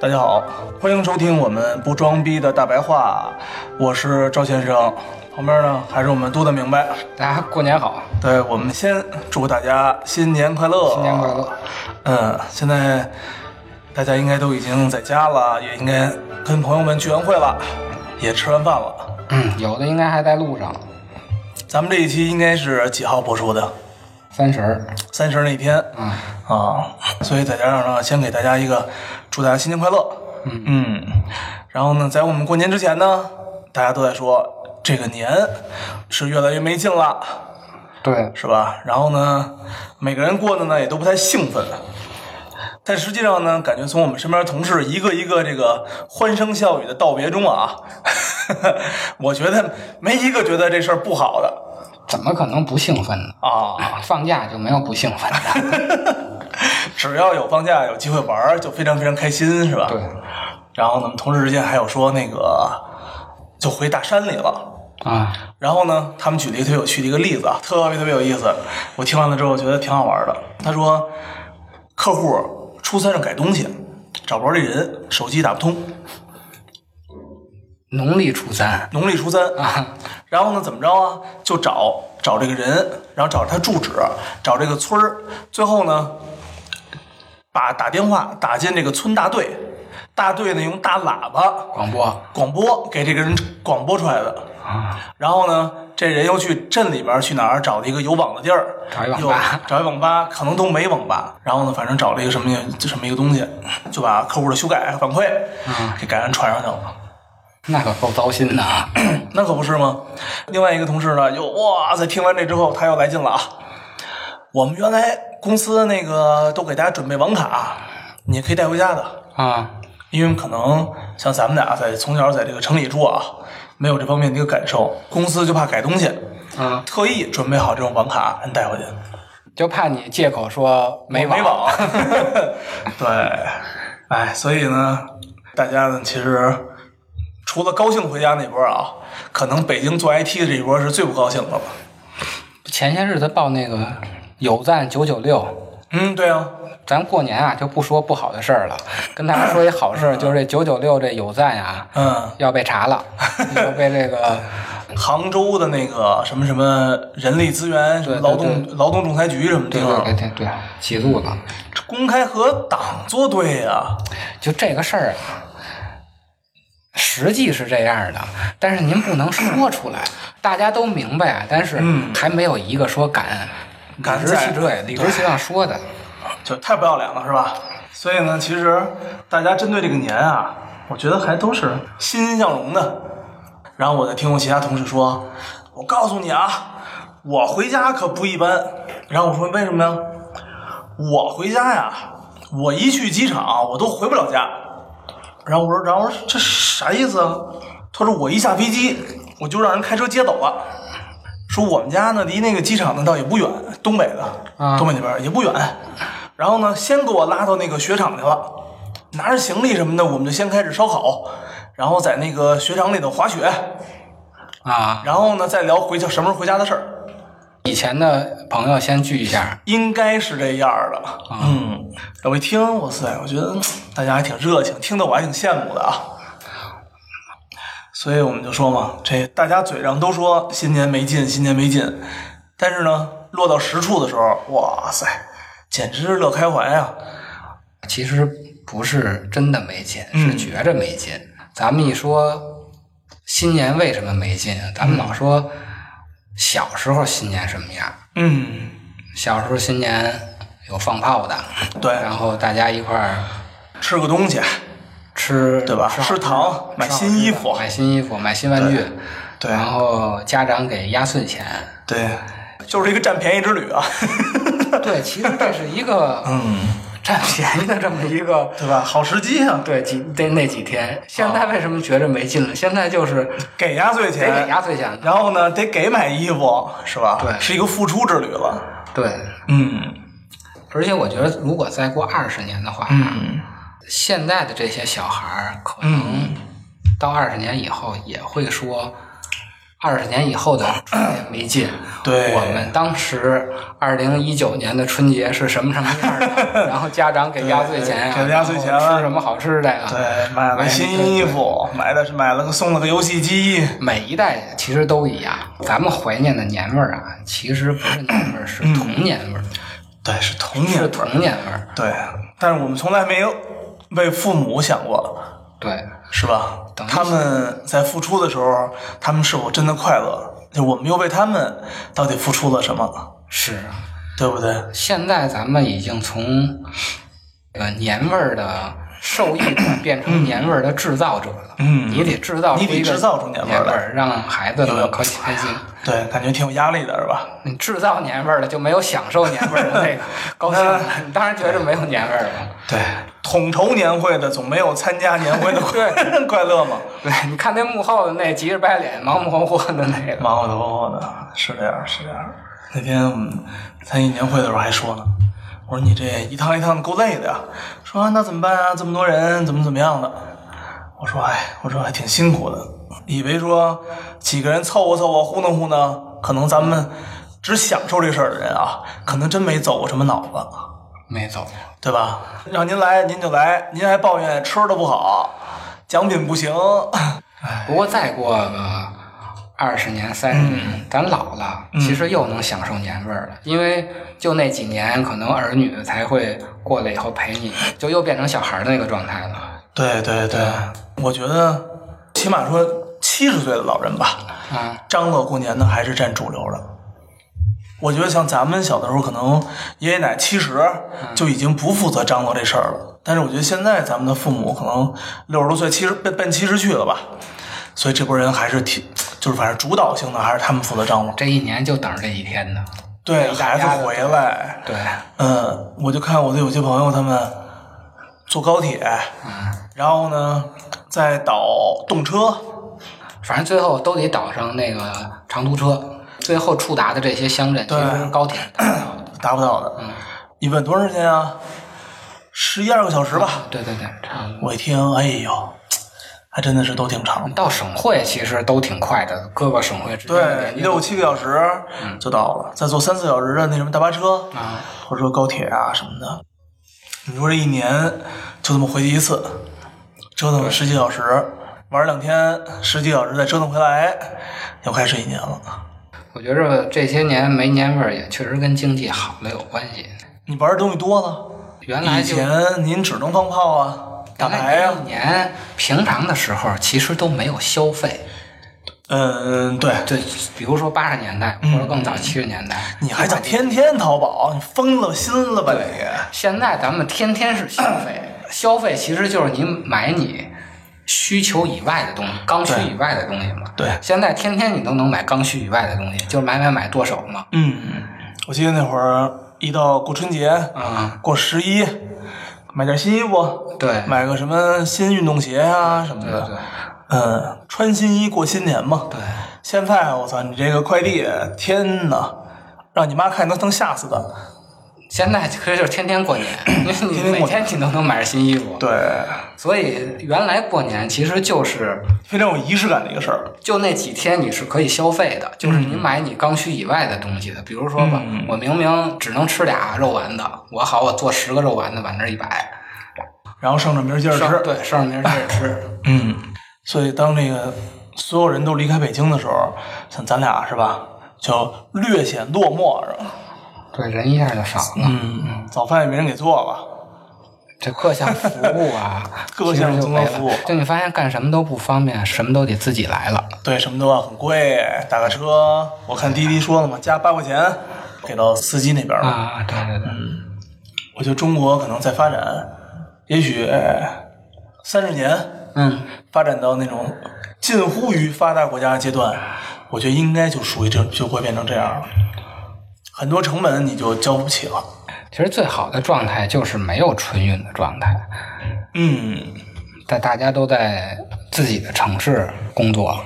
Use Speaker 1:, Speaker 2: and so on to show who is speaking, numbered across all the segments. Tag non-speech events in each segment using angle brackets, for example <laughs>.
Speaker 1: 大家好，欢迎收听我们不装逼的大白话，我是赵先生，旁边呢还是我们嘟的明白。
Speaker 2: 大家过年好，
Speaker 1: 对，我们先祝大家新年快乐，
Speaker 2: 新年快乐。
Speaker 1: 嗯，现在大家应该都已经在家了，也应该跟朋友们聚完会了，也吃完饭了。
Speaker 2: 嗯，有的应该还在路上。
Speaker 1: 咱们这一期应该是几号播出的？
Speaker 2: 三十儿，
Speaker 1: 三十那天
Speaker 2: 啊
Speaker 1: 啊，所以再加上呢，先给大家一个祝大家新年快乐，嗯，然后呢，在我们过年之前呢，大家都在说这个年是越来越没劲了，
Speaker 2: 对，
Speaker 1: 是吧？然后呢，每个人过的呢也都不太兴奋，但实际上呢，感觉从我们身边同事一个一个这个欢声笑语的道别中啊， <laughs> 我觉得没一个觉得这事儿不好的
Speaker 2: 怎么可能不兴奋呢？
Speaker 1: 啊。
Speaker 2: 放假就没有不兴奋的。
Speaker 1: 只要有放假有机会玩儿，就非常非常开心，是吧？
Speaker 2: 对。
Speaker 1: 然后呢，我们同事之间还有说那个，就回大山里了。
Speaker 2: 啊，
Speaker 1: 然后呢，他们举了一个特别有趣的一个例子啊，特别特别有意思。我听完了之后觉得挺好玩的。他说，客户初三上改东西，找不着这人，手机打不通，
Speaker 2: 农历初三
Speaker 1: 农历初三
Speaker 2: 啊，
Speaker 1: <laughs> 然后呢，怎么着啊？就找找这个人，然后找他住址，找这个村儿，最后呢，把打电话打进这个村大队，大队呢用大喇叭
Speaker 2: 广播
Speaker 1: 广播给这个人广播出来的。
Speaker 2: 啊
Speaker 1: 然后呢，这人又去镇里边儿去哪儿找了一个有网的地儿，
Speaker 2: 找一网吧
Speaker 1: 又找一网吧，可能都没网吧。然后呢，反正找了一个什么什么一个东西，就把客户的修改反馈
Speaker 2: 啊
Speaker 1: 给改成传上去了。
Speaker 2: 那可够糟心的啊。
Speaker 1: 那可不是吗？另外一个同事呢，又哇塞，听完这之后，他又来劲了啊！我们原来公司那个都给大家准备网卡，啊你可以带回家的，
Speaker 2: 啊，
Speaker 1: 因为可能像咱们俩在从小在这个城里住啊，没有这方面的一个感受，公司就怕改东西，
Speaker 2: 啊，
Speaker 1: 特意准备好这种网卡，让你带回去。
Speaker 2: 就怕你借口说没网，
Speaker 1: 没网。
Speaker 2: <laughs>
Speaker 1: 对，哎，所以呢，大家呢，其实除了高兴回家那波啊，可能北京做 IT 的这一波是最不高兴的了。
Speaker 2: 前些日子报那个有赞九九六，
Speaker 1: 嗯，对啊，
Speaker 2: 咱过年啊就不说不好的事儿了，跟大家说一好事儿，就是这九九六这有赞啊
Speaker 1: 嗯，
Speaker 2: 要被查了， <laughs> 要被这 <laughs> 个
Speaker 1: 杭州的那个什么什么人力资源、什么
Speaker 2: 对对
Speaker 1: 劳动劳动仲裁局什么地
Speaker 2: 对对
Speaker 1: 方，
Speaker 2: 对对对起诉了。
Speaker 1: 公开和党作对啊呀、
Speaker 2: 就这个事儿啊，实际是这样的，但是您不能说出来，大家都明白啊，但是
Speaker 1: 嗯
Speaker 2: 还没有一个说敢
Speaker 1: 敢
Speaker 2: 理直
Speaker 1: 在
Speaker 2: 气对理直气壮说的。
Speaker 1: 就太不要脸了，是吧？所以呢，其实大家针对这个年啊，我觉得还都是欣欣向荣的。然后我再听过其他同事说，我告诉你啊，我回家可不一般。然后我说为什么呢？我回家呀，我一去机场我都回不了家。然后我说，然后我说这啥意思啊？他说我一下飞机我就让人开车接走了。说我们家呢离那个机场呢倒也不远，东北的，
Speaker 2: 啊
Speaker 1: 东北那边儿也不远。然后呢，先给我拉到那个雪场去了，拿着行李什么的，我们就先开始烧烤，然后在那个雪场里头滑雪，
Speaker 2: 啊，
Speaker 1: 然后呢再聊回家什么时候回家的事儿，
Speaker 2: 以前的朋友先聚一下，
Speaker 1: 应该是这样儿的。
Speaker 2: 啊
Speaker 1: 嗯，我一听，哇塞，我觉得嗯大家还挺热情，听得我还挺羡慕的啊。所以我们就说嘛，这大家嘴上都说新年没劲，新年没劲，但是呢，落到实处的时候，哇塞，简直是乐开怀啊！
Speaker 2: 其实不是真的没劲，
Speaker 1: 嗯
Speaker 2: 是觉着没劲。咱们一说新年为什么没劲，啊咱们老说小时候新年什么样，
Speaker 1: 嗯，
Speaker 2: 小时候新年有放炮的，
Speaker 1: 对，
Speaker 2: 然后大家一块儿。
Speaker 1: 吃个东西，
Speaker 2: 吃
Speaker 1: 对吧
Speaker 2: 吃好
Speaker 1: 吃糖买
Speaker 2: 吃好
Speaker 1: 新衣
Speaker 2: 吃的
Speaker 1: 服
Speaker 2: 买新衣服，买新玩具，
Speaker 1: 对
Speaker 2: 然后家长给压岁 <laughs> 钱，
Speaker 1: 对，就是一个占便宜之旅啊。 <laughs>
Speaker 2: 对，其实这是一个
Speaker 1: 嗯，。
Speaker 2: <laughs> 占便宜的这么一个
Speaker 1: 对吧？好时机啊，
Speaker 2: 对，几那那几天，现在为什么觉着没劲了？现在就是
Speaker 1: 给压岁
Speaker 2: 得
Speaker 1: 钱
Speaker 2: 给，压岁钱了。
Speaker 1: 然后呢，得给买衣服，是吧？
Speaker 2: 对
Speaker 1: 是一个付出之旅了。
Speaker 2: 对，
Speaker 1: 嗯
Speaker 2: 而且我觉得，如果再过二十年的话，
Speaker 1: 嗯，
Speaker 2: 现在的这些小孩儿，可能到二十年以后也会说，二十年以后的春节没劲。
Speaker 1: 对
Speaker 2: 我们当时二零一九年的春节是什么什么样
Speaker 1: <laughs>
Speaker 2: 的？然后家长给压岁钱呀、
Speaker 1: 对给压岁钱
Speaker 2: 然后
Speaker 1: 了
Speaker 2: 吃什么好吃的呀、
Speaker 1: 对，买了
Speaker 2: 买
Speaker 1: 新衣服，买的是买了个送了个游戏机，
Speaker 2: 每一代其实都一样，咱们怀念的年味儿啊，其实不是年味儿，是
Speaker 1: 嗯
Speaker 2: 童年味儿，
Speaker 1: 对，是童
Speaker 2: 是
Speaker 1: 年。
Speaker 2: 童年味儿。
Speaker 1: 对，但是我们从来没有为父母想过，
Speaker 2: 对，
Speaker 1: 是吧
Speaker 2: 等？于
Speaker 1: 他们在付出的时候，他们是否真的快乐？就我们又为他们到底付出了什么，
Speaker 2: 是啊。
Speaker 1: 对不对？
Speaker 2: 现在咱们已经从呃年味儿的受益者变成年味儿的制造者了。
Speaker 1: 嗯
Speaker 2: 你得制造出
Speaker 1: 你得
Speaker 2: 一个
Speaker 1: 制造出年味
Speaker 2: 年
Speaker 1: 儿来
Speaker 2: 味儿，让孩子
Speaker 1: 有
Speaker 2: 们可开心。
Speaker 1: 对，感觉挺有压力的，是吧？
Speaker 2: 你制造年味儿了，就没有享受年味儿
Speaker 1: <laughs>
Speaker 2: 的那个高兴了，你当然觉着没有年味儿了。
Speaker 1: 对，统筹年会的总没有参加年会的快 <laughs> 快乐嘛，
Speaker 2: 对，你看那幕后的那急着白脸、忙忙活活的那个，
Speaker 1: 忙活的活活的，是这样，是这样。那天我们参与年会的时候还说呢，我说你这一趟一趟的够累的呀。说、啊那怎么办啊？这么多人，怎么怎么样的？我说哎，我说还挺辛苦的，以为说几个人凑合凑合糊弄糊弄，可能咱们只享受这事儿的人啊，可能真没走过什么脑子。
Speaker 2: 没走。
Speaker 1: 对吧？让您来您就来，您还抱怨吃的不好，奖品不行，
Speaker 2: 不过再过个二十年、三十
Speaker 1: 嗯
Speaker 2: 年，咱老了，其实又能享受年味儿了。因为就那几年，可能儿女才会过来以后陪你，就又变成小孩儿的那个状态了。
Speaker 1: 对对对，我觉得起码说七十岁的老人吧，
Speaker 2: 啊，
Speaker 1: 张罗过年的还是占主流的。我觉得像咱们小的时候，可能爷爷奶奶七十
Speaker 2: 嗯
Speaker 1: 就已经不负责张罗这事儿了。但是我觉得现在咱们的父母可能六十多岁，七十奔奔七十去了吧，所以这波人还是挺，就是反正主导性的还是他们负责张罗。
Speaker 2: 这一年就等着这一天呢。
Speaker 1: 对
Speaker 2: 大
Speaker 1: 孩
Speaker 2: 家
Speaker 1: 子
Speaker 2: 的
Speaker 1: 回来，
Speaker 2: 对，
Speaker 1: 嗯，我就看我的有些朋友他们坐高铁，然后呢再倒动车，
Speaker 2: 反正最后都得倒上那个长途车，最后触达的这些乡镇其实是高铁达不到的。
Speaker 1: 达不到的。一问多长时间啊？十一二个小时吧。
Speaker 2: 对对对，差不多。
Speaker 1: 我一听，哎呦，还真的是都挺长的。
Speaker 2: 到省会其实都挺快的，各个省会之间的
Speaker 1: 对，
Speaker 2: 连接
Speaker 1: 六七个小时就到了，再坐三四小时的那什么大巴车，
Speaker 2: 嗯啊，
Speaker 1: 或者说高铁啊什么的。你说这一年就这么回去一次，折腾了十几小时，玩两天十几小时，再折腾回来，又开始一年了。
Speaker 2: 我觉着这些年没年味儿，也确实跟经济好了有关系。
Speaker 1: 你玩的东西多了，
Speaker 2: 原来
Speaker 1: 以
Speaker 2: 就
Speaker 1: 前您只能放炮啊，打牌
Speaker 2: 原来
Speaker 1: 啊
Speaker 2: 一，年平常的时候其实都没有消费。
Speaker 1: 嗯，对。嗯
Speaker 2: 对，比如说八十年代或者更早七十年代，
Speaker 1: 你还想天天淘宝？你疯了心了吧你？
Speaker 2: 现在咱们天天是消
Speaker 1: <clears throat>
Speaker 2: 费，消费其实就是你买你需求以外的东西，刚需以外的东西嘛。
Speaker 1: 对
Speaker 2: 现在天天你都能买刚需以外的东西，就是买买买剁手嘛。
Speaker 1: 嗯，我记得那会儿一到过春节，
Speaker 2: 啊、
Speaker 1: 过十一，买件新衣服，
Speaker 2: 对
Speaker 1: 嗯买个什么新运动鞋啊什么
Speaker 2: 对对
Speaker 1: 的。嗯，穿新衣过新年嘛。
Speaker 2: 对，
Speaker 1: 现在我操，你这个快递，天哪！让你妈看能能吓死的，
Speaker 2: 现在其实就是天天过年，因为你
Speaker 1: 天天
Speaker 2: 每
Speaker 1: 过年
Speaker 2: 天你都能买着新衣服。
Speaker 1: 对，
Speaker 2: 所以原来过年其实就是
Speaker 1: 非常有仪式感的一个事儿。
Speaker 2: 就那几天你是可以消费的，就是
Speaker 1: 嗯
Speaker 2: 你买你刚需以外的东西的。比如说吧，我明明只能吃俩肉丸子，我好我做十个肉丸子往那儿一摆，
Speaker 1: 然后剩着明儿接着
Speaker 2: 剩
Speaker 1: 吃。
Speaker 2: 对剩着明儿接着吃。 <laughs>
Speaker 1: 嗯，所以当这个所有人都离开北京的时候，像咱俩是吧，就略显落寞是吧？
Speaker 2: 对，人一下就少了。
Speaker 1: 嗯，早饭也没人给做了。，
Speaker 2: 这各项服务啊
Speaker 1: <laughs> 各项
Speaker 2: 其实就没了
Speaker 1: 服务
Speaker 2: 就你发现干什么都不方便，什么都得自己来了。
Speaker 1: 对，什么都要很贵，打个车，我看滴滴说了嘛，加八块钱给到司机那边了。
Speaker 2: 啊，对对对，
Speaker 1: 嗯我觉得中国可能在发展，也许三十年
Speaker 2: 嗯，
Speaker 1: 发展到那种近乎于发达国家的阶段，我觉得应该就属于这就会变成这样了。很多成本你就交不起了，
Speaker 2: 其实最好的状态就是没有春运的状态，
Speaker 1: 嗯，
Speaker 2: 但大家都在自己的城市工作，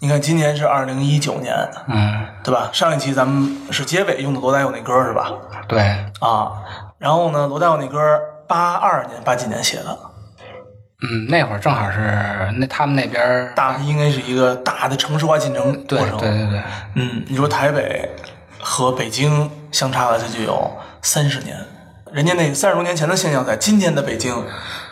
Speaker 1: 你看今年是二零一九年，
Speaker 2: 嗯，
Speaker 1: 对吧？上一期咱们是结尾用的罗大佑那歌是吧？
Speaker 2: 对，
Speaker 1: 啊，然后呢，罗大佑那歌八二年八几年写的，
Speaker 2: 嗯，那会儿正好是那他们那边儿
Speaker 1: 大应该是一个大的城市化进程
Speaker 2: 对
Speaker 1: 过
Speaker 2: 对
Speaker 1: 程。
Speaker 2: 对对，
Speaker 1: 嗯，你说台北和北京相差了这就有三十年，人家那三十多年前的现象，在今天的北京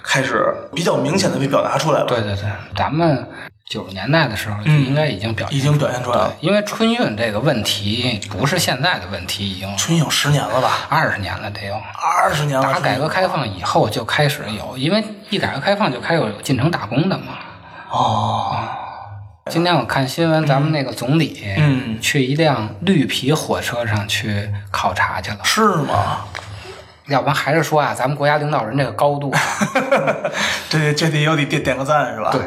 Speaker 1: 开始比较明显的被表达出来了，
Speaker 2: 对对对，咱们九十年代的时候就应该已经表
Speaker 1: 嗯
Speaker 2: 现
Speaker 1: 已经表现出来了。
Speaker 2: 因为春运这个问题不是现在的问题，已经
Speaker 1: 春有十年了吧，
Speaker 2: 二十年了得有。
Speaker 1: 二十年了。
Speaker 2: 打改
Speaker 1: 春
Speaker 2: 革开放以后就开始有，因为一改革开放就开始有进城打工的嘛。
Speaker 1: 哦，
Speaker 2: 今天我看新闻，咱们那个总理，
Speaker 1: 嗯
Speaker 2: 去一辆绿皮火车上去考察去了。
Speaker 1: 是吗？ <laughs>
Speaker 2: 要不然还是说啊，咱们国家领导人这个高度啊，
Speaker 1: 这这得有得点点个赞是吧？
Speaker 2: 对，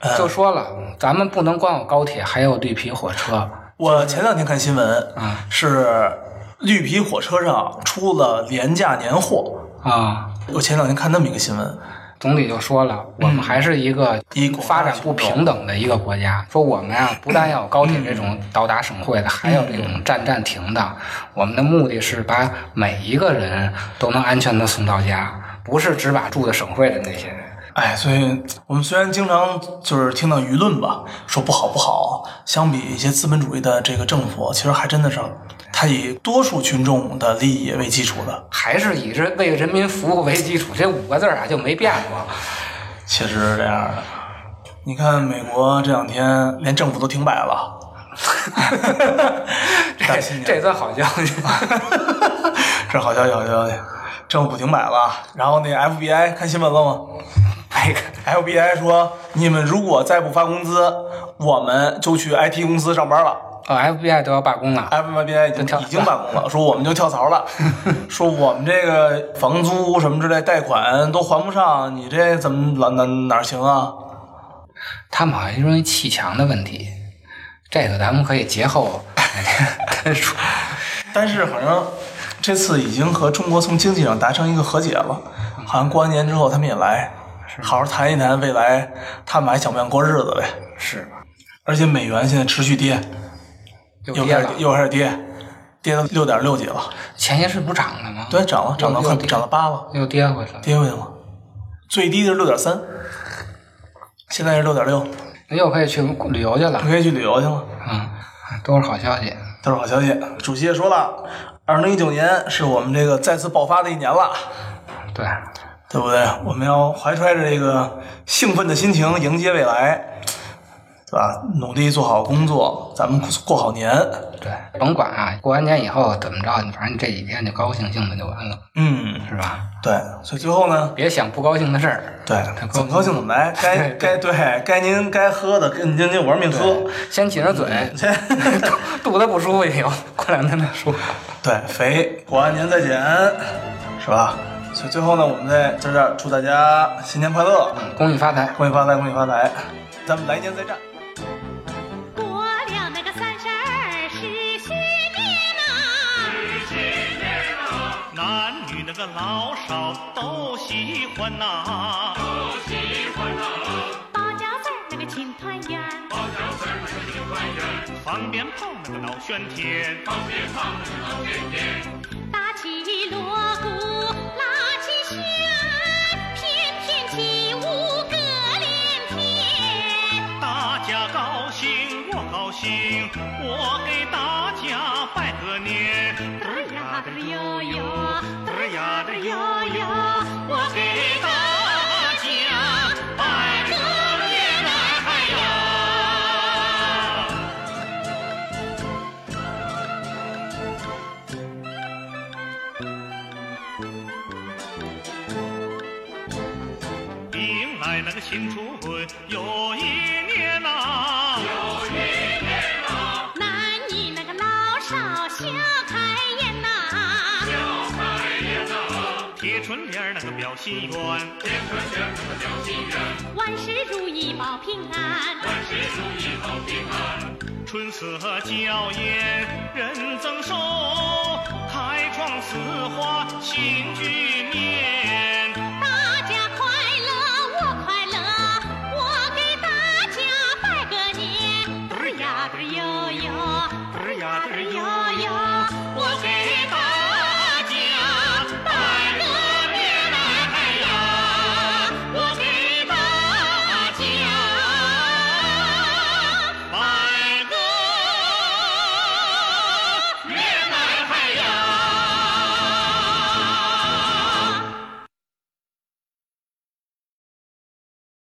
Speaker 2: 呃就说了，嗯咱们不能光有高铁，还有绿皮火车。
Speaker 1: 我前两天看新闻，
Speaker 2: 嗯
Speaker 1: 是绿皮火车上出了廉价年货。
Speaker 2: 啊，
Speaker 1: 我前两天看那么一个新闻，
Speaker 2: 总理就说了，我们还是一个
Speaker 1: 一个
Speaker 2: 发展不平等的一个国家。说我们啊，不但要有高铁这种到达省会的，还有这种站站停的。我们的目的是把每一个人都能安全的送到家，不是只把住的省会的那些人。
Speaker 1: 哎，所以我们虽然经常就是听到舆论吧，说不好不好，相比一些资本主义的这个政府，其实还真的是它以多数群众的利益为基础的，
Speaker 2: 还是以这为人民服务为基础，这五个字儿啊就没变过。 <laughs>
Speaker 1: 确实是这样的。你看美国这两天连政府都停摆了， <laughs> 大新
Speaker 2: 这
Speaker 1: 年
Speaker 2: 这算好消 <laughs> 息吗？
Speaker 1: 这好消息，好消息，政府停摆了。然后那 FBI 看新闻了吗？
Speaker 2: 没看
Speaker 1: FBI 说：“你们如果再不发工资，我们就去 IT 公司上班了。
Speaker 2: 哦，FBI 都要罢工了。
Speaker 1: ”FBI 已经
Speaker 2: 跳
Speaker 1: 已经罢工了，说我们就跳槽
Speaker 2: <laughs>
Speaker 1: 了，说我们这个房租什么之类贷款都还不上，你这怎么哪哪哪儿行啊？
Speaker 2: 他们好像因为砌墙的问题，这个咱们可以节后单说。
Speaker 1: 但是反正这次已经和中国从经济上达成一个和解了，好像过完年之后他们也来，好好谈一谈未来他们还想不想过日子呗。
Speaker 2: 是
Speaker 1: 而且美元现在持续跌，
Speaker 2: 又
Speaker 1: 又
Speaker 2: 跌
Speaker 1: 开始
Speaker 2: 了，
Speaker 1: 又开始跌，跌到六点六几了。
Speaker 2: 前些是不涨了吗？
Speaker 1: 对，涨了，涨到快
Speaker 2: 又跌
Speaker 1: 涨到八了，
Speaker 2: 又跌回去了，
Speaker 1: 跌回去了。最低是六点三，现在是六点六，
Speaker 2: 又可以去旅游去了
Speaker 1: 可以去旅游去了。
Speaker 2: 啊，都是好消息。
Speaker 1: 都是好消息。主席也说了，二零一九年是我们这个再次爆发的一年了，
Speaker 2: 对，
Speaker 1: 对不对？我们要怀揣着这个兴奋的心情迎接未来，对吧？努力做好工作，咱们过好年。
Speaker 2: 对，甭管啊，过完年以后怎么着，反正你这几天就高高兴兴的就完了，
Speaker 1: 嗯，
Speaker 2: 是吧？
Speaker 1: 对。所以最后呢，
Speaker 2: 别想不高兴的事儿。
Speaker 1: 对，怎么高兴怎么来，该 <laughs> 该对该您该喝的，跟您您玩命喝。
Speaker 2: 先紧着嘴，
Speaker 1: 嗯先
Speaker 2: <laughs> 肚肚子不舒服也有，过两天再说。
Speaker 1: 对，肥过完年再减，是吧？所以最后呢，我们在在这儿祝大家新年快乐，
Speaker 2: 恭喜嗯发财！
Speaker 1: 恭喜发财，恭喜发财，咱们来年再战。
Speaker 3: 过了那个三十二，是十年呐。
Speaker 4: 男女那个老少都喜欢呐、
Speaker 3: 包饺子儿那个秦团圆儿，
Speaker 4: 放鞭炮那个闹喧天，
Speaker 3: 打起锣鼓拉起弦，翩翩起舞歌连天。
Speaker 4: 大家高兴我高兴，我给大家拜个年。嘚
Speaker 3: 嘚
Speaker 4: 儿
Speaker 3: 儿呀
Speaker 4: 呀嘚
Speaker 3: 嘚儿
Speaker 4: 儿
Speaker 3: 哟
Speaker 4: 哟，
Speaker 3: 哟，
Speaker 4: 嘚
Speaker 3: 嘚儿
Speaker 4: 儿呀
Speaker 3: 呀
Speaker 4: 嘚
Speaker 3: 嘚儿哟哟，，
Speaker 4: 儿哟哟
Speaker 3: 我
Speaker 4: 我给
Speaker 3: 给
Speaker 4: 大
Speaker 3: 大家
Speaker 4: 家拜个年哎呀！迎来那个新春又一年呐、
Speaker 3: 男女那个老少笑开颜呐。
Speaker 4: 铁唇莲儿那个表心愿，
Speaker 3: 万事如意保平安，
Speaker 4: 春色娇艳人增寿，开创此花新局面。
Speaker 3: 大家快乐我快乐，我给大家拜个年，嘚儿呀嘚儿哟哟，嘚儿呀嘚儿哟哟，我